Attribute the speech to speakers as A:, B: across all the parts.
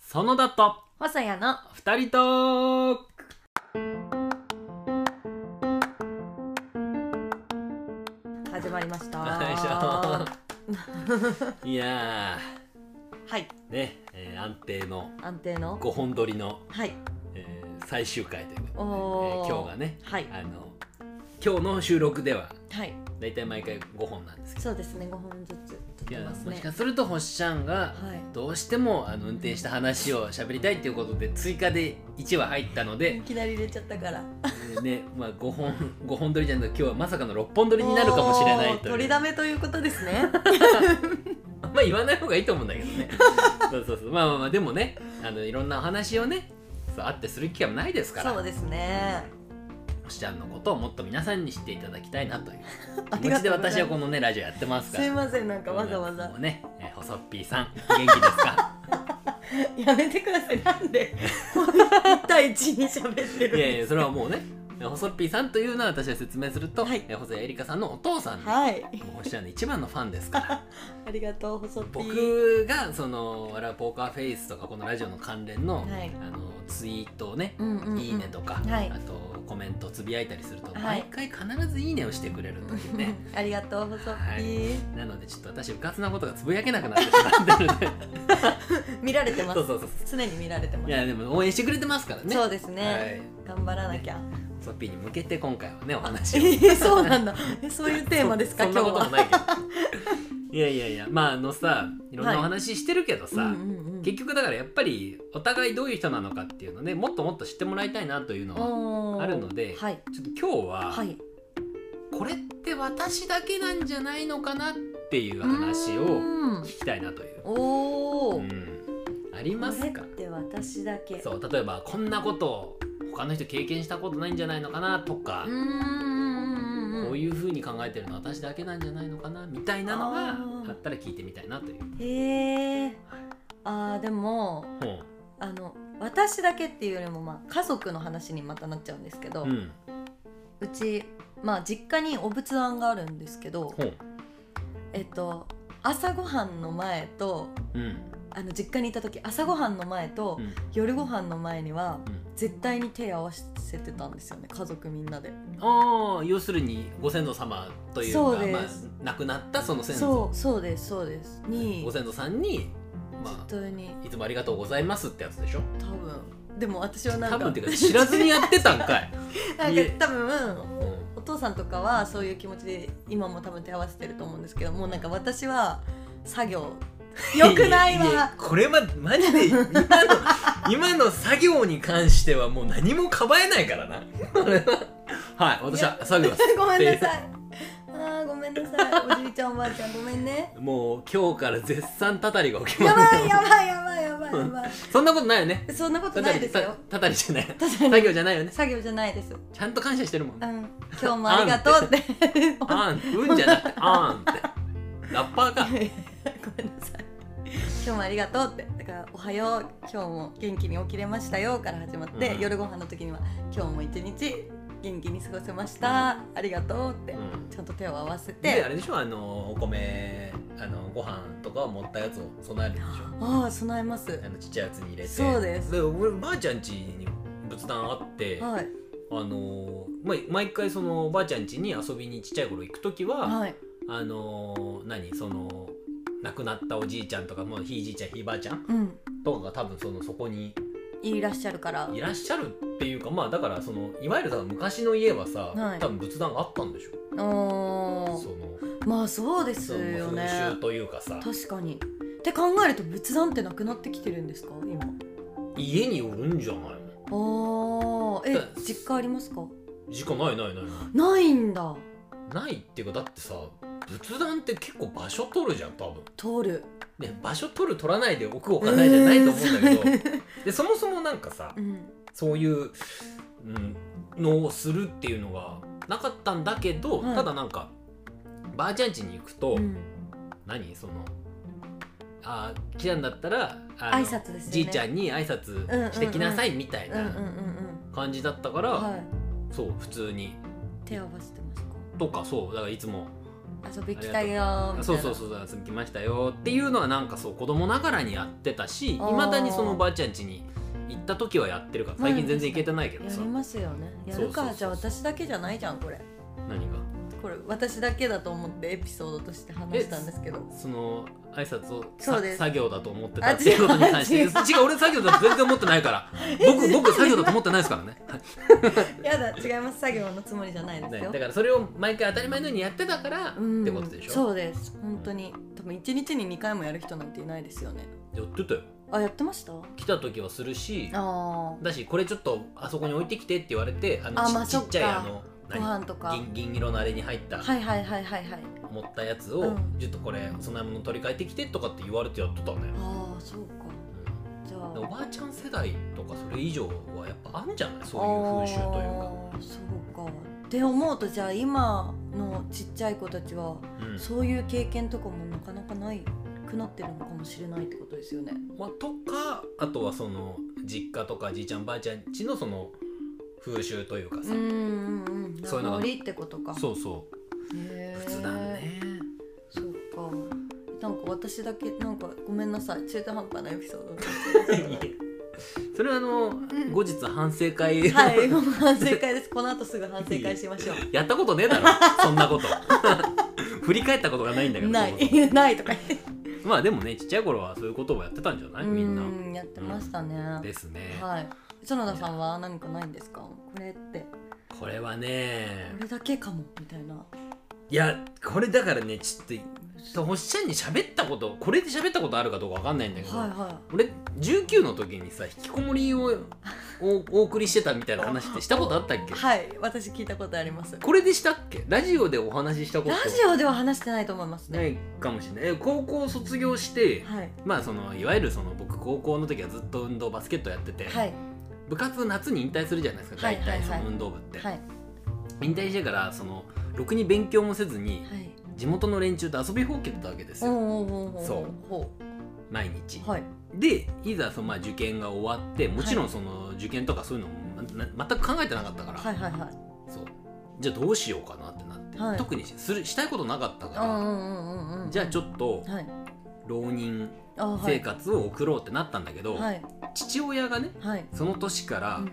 A: そのだと
B: 細谷の
A: 二人とーク
B: 始まりました。
A: よいしょ いや
B: はい、
A: ーね、えー安定の
B: 安定の。
A: 5本撮りの、
B: はい、
A: えー最終回ということで、
B: おー
A: えー今日がね
B: はい、
A: あの今日の収録では
B: はい、
A: だいたい毎回5本なんですけ
B: そうですね、五本ずつ撮っ
A: どい
B: て
A: や
B: ます
A: もし
B: ね。
A: かするとほっしゃんが
B: はい
A: どうしてもあの運転した話を喋りたいということで追加で1話入ったので
B: い、きなり入れちゃったから。
A: えーねまあ、5本5本撮りじゃなくて今日はまさかの6本撮りになるかもしれない
B: おー
A: という
B: 取りだめということですね。
A: あんま言わない方がいいと思うんだけど ねそうそうそうまあまあまあでもねあのいろんなお話をねそう会ってする機会もないですから
B: そうですね。
A: おしちゃんのことをもっと皆さんに知っていただきたいなという
B: あ
A: 気
B: り
A: 持
B: が
A: ちで
B: とうございます
A: 私はこのねラジオやってますか
B: すい
A: ら
B: ません、なんかわざわざ
A: も。うね、えー、細っぴーさん元気です か
B: やめてください、なんで。一対一に喋ってる。
A: いやいやそれはもうね細っぴーさんというのは私は説明すると、
B: はい
A: えー細谷絵里香さんのお父さんで
B: はい、
A: もうおしちゃんの一番のファン ですから
B: ありがとう、細ピー。
A: 僕がその我々ポーカーフェイスとかこのラジオの関連の,、
B: はい
A: あのツイートをね、
B: うんうんうん
A: いいねとか、
B: はい
A: あとコメントつぶやいたりすると、
B: はい
A: 毎回必ずいいねをしてくれるというね
B: ありがとう、細ピー。
A: なのでちょっと私うかつなことがつぶやけなくなってしまってるので
B: 見られてま
A: そう
B: す。
A: そうそうそ
B: 常に見られてま
A: うい
B: す。
A: やでも応援してくれてますからね
B: そうです
A: は
B: ね。
A: い
B: 頑張らなきゃ。
A: ソッピーに向けて今回はねお話を
B: えそうなんだ。えそういう テーマですか
A: そ
B: 今
A: ん
B: 日
A: なことも
B: は。
A: ないけど いやいやいやまああのさいろんなお話してるけどさ、
B: うんうん
A: 結局だからやっぱりお互いどういう人なのかっていうのねもっともっと知ってもらいたいなというの
B: う
A: は
B: んおー
A: あるので
B: はい
A: ちょっと今日
B: は。
A: はいこれって私だけなんじゃないのかなっていう話を
B: うん
A: 聞きたいなという、
B: おお。
A: う
B: こ
A: ん、あります
B: れ
A: か
B: って私だけ。う。
A: そう例えばこんなことを他の人経験したことないんじゃないのかなとか
B: ー、ん。
A: こう
B: う
A: いうふうに考えてるの私だけなんじゃないのかなみたいなの
B: あ
A: が
B: ー
A: あったら聞いてみたいなという。
B: ん。へえ。あーでも
A: ほ
B: あの私だけっていうよりもまあ家族の話にまたなっちゃうんですけど、
A: う
B: う
A: うん
B: ちまあ実家にお仏壇があるんですけど、
A: ほう
B: えっと朝ごはんの前と
A: うん
B: あの実家にいた時朝ごはんの前と、
A: うん
B: 夜ご飯の前には
A: うん
B: 絶対に手合わせてたんですよね家族みんなで
A: ああ要するにご先祖様というか
B: そうです
A: まあ、亡くなったその先祖
B: そうそうですそうですに
A: ご先祖さんに、ま
B: 絶対に
A: あ、いつもありがとうございますってやつでしょ
B: 多分でも私はなんか
A: 多分っていうか知らずにやってたん かい、
B: なん
A: い
B: か
A: え
B: 多分
A: うん
B: お父さんとかはそういう気持ちで今も多分手合わせてると思うんですけどもうなんか私は作業よくない
A: やや
B: わ
A: これはマジで今の今の作業に関してはもう何もかばえないからな はい私は作業です
B: ごめんな さいあーごめんなさいおじいちゃんおばあちゃんごめん ね
A: もう今日から絶賛たたりが起きま
B: や
A: す
B: ばいやばいやばいやばいやば
A: そんなことないよね
B: いそんなこと
A: た
B: な
A: た
B: い
A: り
B: です
A: た
B: よ
A: たたりじゃない
B: ただ
A: 作業じゃないよね
B: 作業じゃないです
A: ちゃんと感謝してるもん
B: うん、今日もありがとうって。ご
A: あん、うんじゃなくて、あんって。ラッパーか。
B: めんなさい。今日もありがとうって。だから、おはよう、今日も元気に起きれましたよから始まって、
A: うん
B: 夜ご飯の時には、今日も一日元気に過ごせました、ありがとうって、
A: うん
B: ちゃんと手を合わせ
A: で、あ
B: て、
A: れでしょ、あの、お米、あの、ご飯とかを持ったやつを備えるでし
B: ああ、備えます
A: ょ。あ。の、ちっちゃいやつに入れて。
B: そうです
A: で、俺、ばあちゃん家に仏壇あって、あ
B: はい、
A: の、ま毎回その、ばあちゃん家に遊びにちっちゃい頃行くときは、
B: はい、
A: あの、何、その、亡くなったおじいちゃんとか、もうひいじいちゃん、ひいばあちゃん
B: うん、
A: とかが多分その、そこに
B: いらっしゃるから。
A: いらっしゃるっていうか、まあ、だから、その、いわゆるさ、昔の家はさ、
B: はい
A: 多分仏壇があったんでしょ。
B: お
A: その、
B: まあ、そうです
A: そう
B: よね。
A: 風習というかさ
B: 確かに。って考えると、仏壇ってなくなってきてるんですか、今。
A: 家におるんじゃないの
B: ああ、え
A: う、ん
B: 実家ありますか。
A: 時間ないないない
B: ないんだ
A: ないっていうかだってさ仏壇って結構場所取るじゃん多分
B: 通る
A: ね場所取る取らないで置く置かないじゃないと思うんだけど、
B: ど、
A: でそもそもなんかさ
B: うん、
A: そういう、うん、のをするっていうのがなかったんだけど、
B: はい
A: ただなんかばあちゃん家に行くと、
B: うん
A: 何そのあー来たんだったらあの
B: 挨拶ですよね
A: じいちゃんに挨拶してきなさいみたい
B: うんうんうん
A: な感じだったから、
B: うんはい
A: そう普通に
B: 手合わせてますか
A: とかそうだからいつも
B: 遊び来たよみたいな
A: そうそうそうそう遊び来ましたよっていうのはなんかそう子供ながらにやってたしい
B: あー
A: まだにそのおばあちゃん家に行った時はやってるから最近全然行けてないけど
B: や
A: さ、
B: りますよねや
A: そうそう
B: る
A: そうそ
B: か
A: う
B: じゃあ私だけじゃないじゃんこれ
A: 何が
B: これ私だけだと思ってエピソードとして話したんですけど
A: その挨拶を
B: そう
A: さ
B: です
A: 作業だと思ってた
B: あ
A: っていうことに関して
B: 違
A: 違
B: う
A: う俺作業だと全然思ってない から僕僕作業だと思ってないですからねはい
B: やだ違います作業のつもりじゃないです
A: ね
B: よ
A: だからそれを毎回当たり前のようにやってたからっ
B: うん
A: てことでしょ
B: そうです本当に多分一日に2回もやる人なんていないですよね
A: やってたよ
B: あやってましたあ
A: 来た時はするし
B: あ
A: だしこれちょっとあそこに置いてきてって言われてあの
B: あ
A: ち,、
B: まあ
A: ちっちゃいあ
B: そっか
A: の
B: ご
A: 何
B: 飯とか
A: 銀銀色のあれに入った、
B: はいはいはいはいはい
A: 持ったやつを、
B: うん
A: ちょっとこれお供え物取り替えてきてとかって言われてやってたんだよ、
B: ああそうかじゃあ
A: うんでおばあちゃん世代とかそれ以上はやっぱあるんじゃないそういう風習というか、
B: あーそうかって思うとじゃあ今のちっちゃい子たちは
A: うん
B: そういう経験とかもなかなかないくなってるのかもしれないってことですよね。
A: まあ、とかあとはその実家とかじいちゃんばあちゃんちのその風習というか
B: う
A: さ、
B: んうんうん。
A: そういうのが
B: 名残ってことか。
A: そうそう
B: へー
A: 仏壇ね、
B: そうか。なんか私だけなんかごめんなさい中途半端なエピソー ドです。
A: それはあの、
B: ん
A: 後日反省会、
B: はい、もう反省会です。この後すぐ反省会しましょ
A: やったことねえだろそんなこと 振り返ったことがないんだけ
B: う。
A: ど
B: な
A: そも
B: い ないとか言って。
A: そもまあでもねちっちゃい頃はそういうことをやってたんじゃないうみんな
B: やってましたね。
A: ですね、
B: はい。園田さんは何かないんですか？これって
A: これはね
B: これだけかもみたいな。
A: いやこれだからねちょっと星ちゃんに喋ったことこれで喋ったことあるかどうかわかんないんだけど、
B: はいは
A: 俺19の時にさ引きこもりをおお送りしてたみたいな話ってしたことあったっけ
B: い。はい、私聞いたことあります。
A: これでしたっけラジオでお話ししたこと
B: ラジオでは話してないと思いますね。
A: ないかもしれないえ高校卒業して
B: はい。
A: まあそのいわゆるその僕高校の時はずっと運動バスケットやってて、
B: はい。
A: 部活夏に引退するじゃないですか
B: は
A: 大
B: いはい
A: 体
B: はい
A: その運動部って、
B: はい。
A: 引退してからそのろくに勉強もせずに
B: はい。
A: 地元の連中と遊びほうけてたわけです
B: おう
A: よ
B: おうおうおう。
A: そう
B: ほ
A: 毎日
B: う。はい。
A: でいざそのまあ受験が終わってもちろんその受験とかそういうのもなな全く考えてなかったから、
B: はいはいはい。
A: そうじゃあどうしようかなってなって、
B: はい
A: 特にしするしたいことなかったか
B: うんう
A: ら、
B: んうんうんうん。
A: じゃあちょっと
B: はい。
A: 浪人
B: あは
A: 生
B: い。
A: 活を送ろうってなったんだけど、
B: はい。
A: 父親がね
B: はい。
A: その年から
B: うん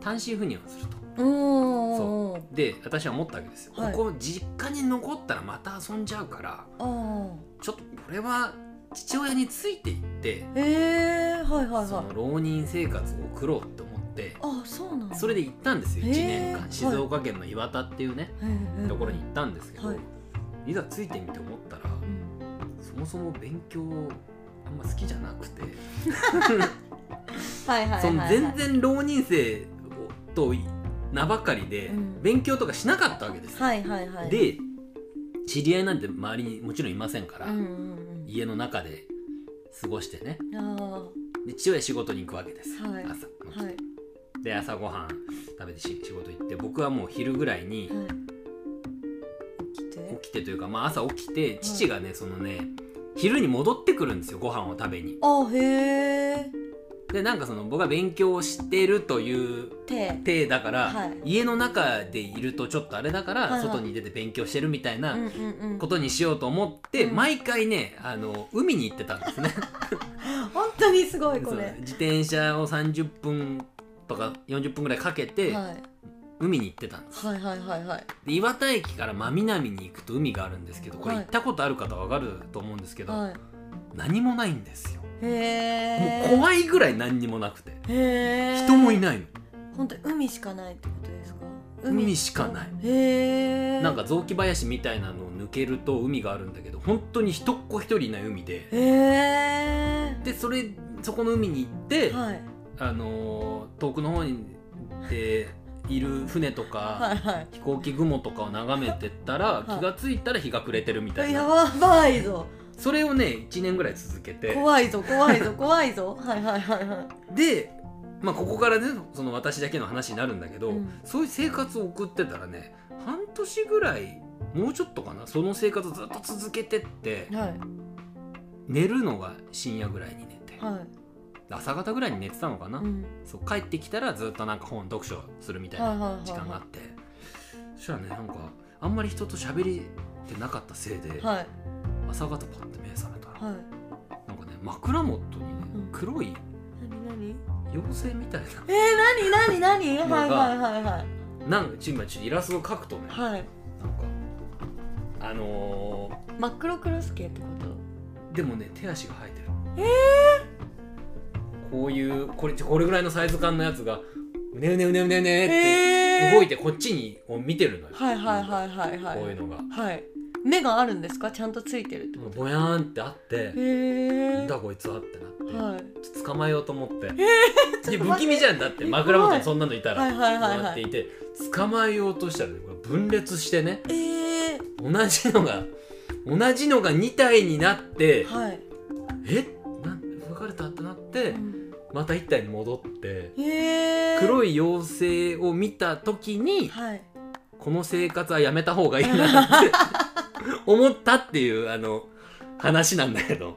A: 単身赴任をすると。
B: おうおうおう。
A: で私は思ったわけですよ、
B: はい
A: ここ実家に残ったらまた遊んじゃうから
B: あ
A: ちょっとこれは父親についていって、
B: あ。ええー、はいはい
A: そ
B: は
A: の
B: い。
A: 浪人生活を送ろうって思って
B: あ、そうなんだ。
A: それで行ったんですよ
B: へ
A: 1
B: ー
A: 年
B: は
A: 間
B: い
A: 静岡県の磐田っていうね、
B: へー。へー
A: ところに行ったんですけど、
B: はい
A: い、ざついてみて思ったら
B: うん
A: そもそも勉強あんま好きじゃなくて、
B: はいはいはいはい。
A: その全然浪人生と名ばかりで
B: うん
A: 勉強とかしなかったわけですよ、
B: はいはいはい。
A: で知り合いなんて周りにもちろんいませんから、
B: うんうん
A: 家の中で過ごしてね
B: うん。あ
A: で父親仕事に行くわけです、
B: はい
A: 朝
B: あ。はい。はい。
A: で朝ごはん食べてし仕事行って僕はもう昼ぐらいに
B: 起きて。
A: 起きてというか、まあ、朝起きて父がねそのね昼に戻ってくるんですよご飯を食べに
B: あ、へえ。
A: でなんかその僕は勉強をしてるという
B: 手。
A: 体だから、
B: はい
A: 家の中でいるとちょっとあれだから、
B: はいはい
A: 外に出て勉強してるみたいな
B: うんうんうん
A: こ。とにしようと思って、
B: うん
A: 毎回ねあの海に行ってたんです ね
B: 本当にすごいこ
A: そう
B: れ。
A: 自転車を30分とか40分ぐらいかけて
B: はい。
A: 海に行ってたんです、
B: はいはいはいはい。
A: で岩田駅から真南に行くと海があるんですけどこれ
B: は
A: 行
B: い
A: ったことある方わかると思うんですけど、
B: はい。
A: 何もないんですよ
B: へえ。
A: もう怖いぐらい何にもなくて
B: い。へえ。
A: 人もい
B: い。
A: ないの、
B: 本当に海しかないってことですか。
A: 海しかない。
B: へえ。
A: なんか。雑木林みたいなのを抜けると海があるんだけど本当に人っ子一人いない海で
B: へえ。
A: でそれそこの海に行って、
B: はい。
A: あのー遠くの方にでいる船とか、
B: はいはい。
A: 飛行機雲とかを眺めてったら、
B: はい
A: 気がついたら日が暮れてるみたい
B: や
A: な
B: ばいぞ
A: それをね1年ぐらい続けて
B: 怖いぞ怖いぞ怖いぞはいはいはいはい
A: で、まあ、ここからねその私だけの話になるんだけど、
B: うん
A: そういう生活を送ってたらね半年ぐらいもうちょっとかなその生活をずっと続けてって
B: はい
A: 寝るのが深夜ぐらいに寝て、
B: はい
A: 朝方ぐらいに寝てたのかな、
B: うん
A: そう帰ってきたらずっとなんか本読書するみたい
B: はいはい
A: な
B: はいはい
A: 時間があってそしたらねなんかあんまり人と喋りってなかったせいで、
B: はい
A: 朝方パッて目覚めたら、
B: はい
A: なんかね枕元にね
B: うん
A: 黒い
B: 何何
A: 妖精みたい
B: えー、何何何
A: のが
B: はいはいはいはい
A: ななんかちょ今ちょっとイラストを描くとね、
B: はい
A: なんかあの
B: 真っ黒クロスケってこと
A: ー、でもね手足が生えてるえこういうこれこれぐらいのサイズ感のやつがうねうねうねうねうねって
B: え
A: 動い
B: て
A: てこっちにを見てるのよ、
B: はいはいはいはいはい
A: こういうのが
B: はい目があるんですかちゃんとついてるってこと
A: ぼやーんってあって
B: へえ
A: なんだこいつはってなって、
B: はい
A: ちょっと捕まえようと思って、
B: ちょ
A: で
B: っと
A: 不
B: 待
A: 気
B: って
A: 味じゃんだって枕元にそんなのいたら
B: はいはいはい
A: な
B: は
A: って
B: い
A: いて捕まえようとしたらねこれ分裂してね
B: え
A: 同じのが同じのが2体になって
B: ー、はい、
A: えなん別れたってなってまた1体に戻って
B: へえ
A: 黒
B: い
A: い妖精を見た時に
B: はい
A: この生活はやめた方がいいなって 思ったっていうあの話なんだけど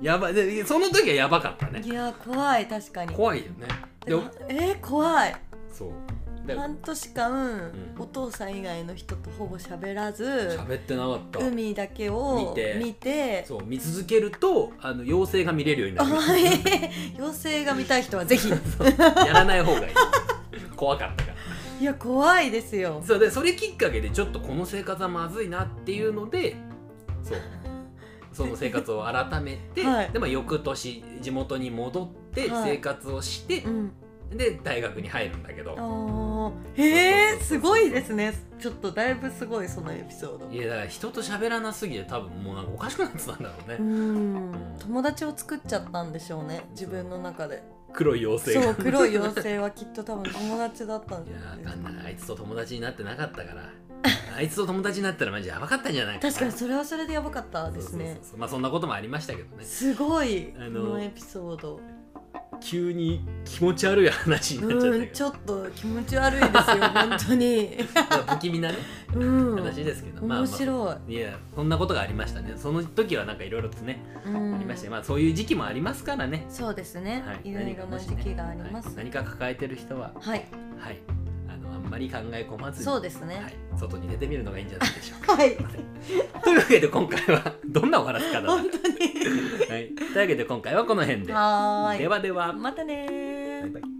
A: やばいでその時はやばかったね
B: いやー怖い確かに
A: 怖いよねで
B: でもえー、怖い
A: そうで
B: 半年間、
A: うん
B: お父さん以外の人とほぼ喋らず
A: 喋ってなかった
B: 海だけ
A: 見
B: を
A: て
B: 見て
A: そう見続けるとあの妖精が見れるようになる
B: はい妖精が見たい人は ぜ ひ
A: やらない方がいい怖かったか
B: いや怖いです
A: ら
B: よ
A: そうでそれきっかけでちょっとこの生活はまずいなっていうのでそうその生活を改めて、
B: はい
A: でまあ、翌年地元に戻って
B: はい
A: 生活をして
B: う、ん
A: で大学に入るんだけど、
B: あーへ
A: そうそうそう
B: え
A: そう
B: すごいですねちょっとだいぶすごいそのエピソード
A: いやだから人と喋らなすぎて多分もうなんかおかしくなってたんだろうね、
B: うん友達を作っちゃったんでしょうね自分の中で
A: 黒い妖精が
B: そう黒い妖精はきっと多分 友達だったん
A: い
B: で
A: や
B: す
A: わかんないあいつと友達になってなかったからあいつと友達になったらマジやばかったんじゃない
B: 確かに
A: そ
B: それはそれでやばかったです
A: そう
B: ね
A: そうそうまあそんなこともありましたけどね
B: すごいこ
A: あの
B: のエピソード
A: 急に気持ち悪い話になっちゃっ
B: うん
A: たけ
B: ちょっと気持ち悪いですよ本当に
A: どまあ不気味なね
B: うん
A: 話ですけど、まあ
B: 面
A: まあ
B: 白い
A: いやそんなことがありましたねその時はなんかいろいろとね
B: うん
A: ありまして、まあそういう時期もありますからね、
B: そうですね
A: はい、
B: いろいろな時期がありま
A: はい
B: す
A: 何か抱えてる人は
B: はい
A: はいあのあんまり考え込まずに
B: そうです
A: は
B: ね
A: い、外に出てみるのがいいんじゃないでしょうか
B: はい
A: というわけで今回はどんなお話かだな
B: 本当に
A: はい、というわけで今回はこの辺で。
B: はーい
A: ではでは。
B: またねー
A: バイバイ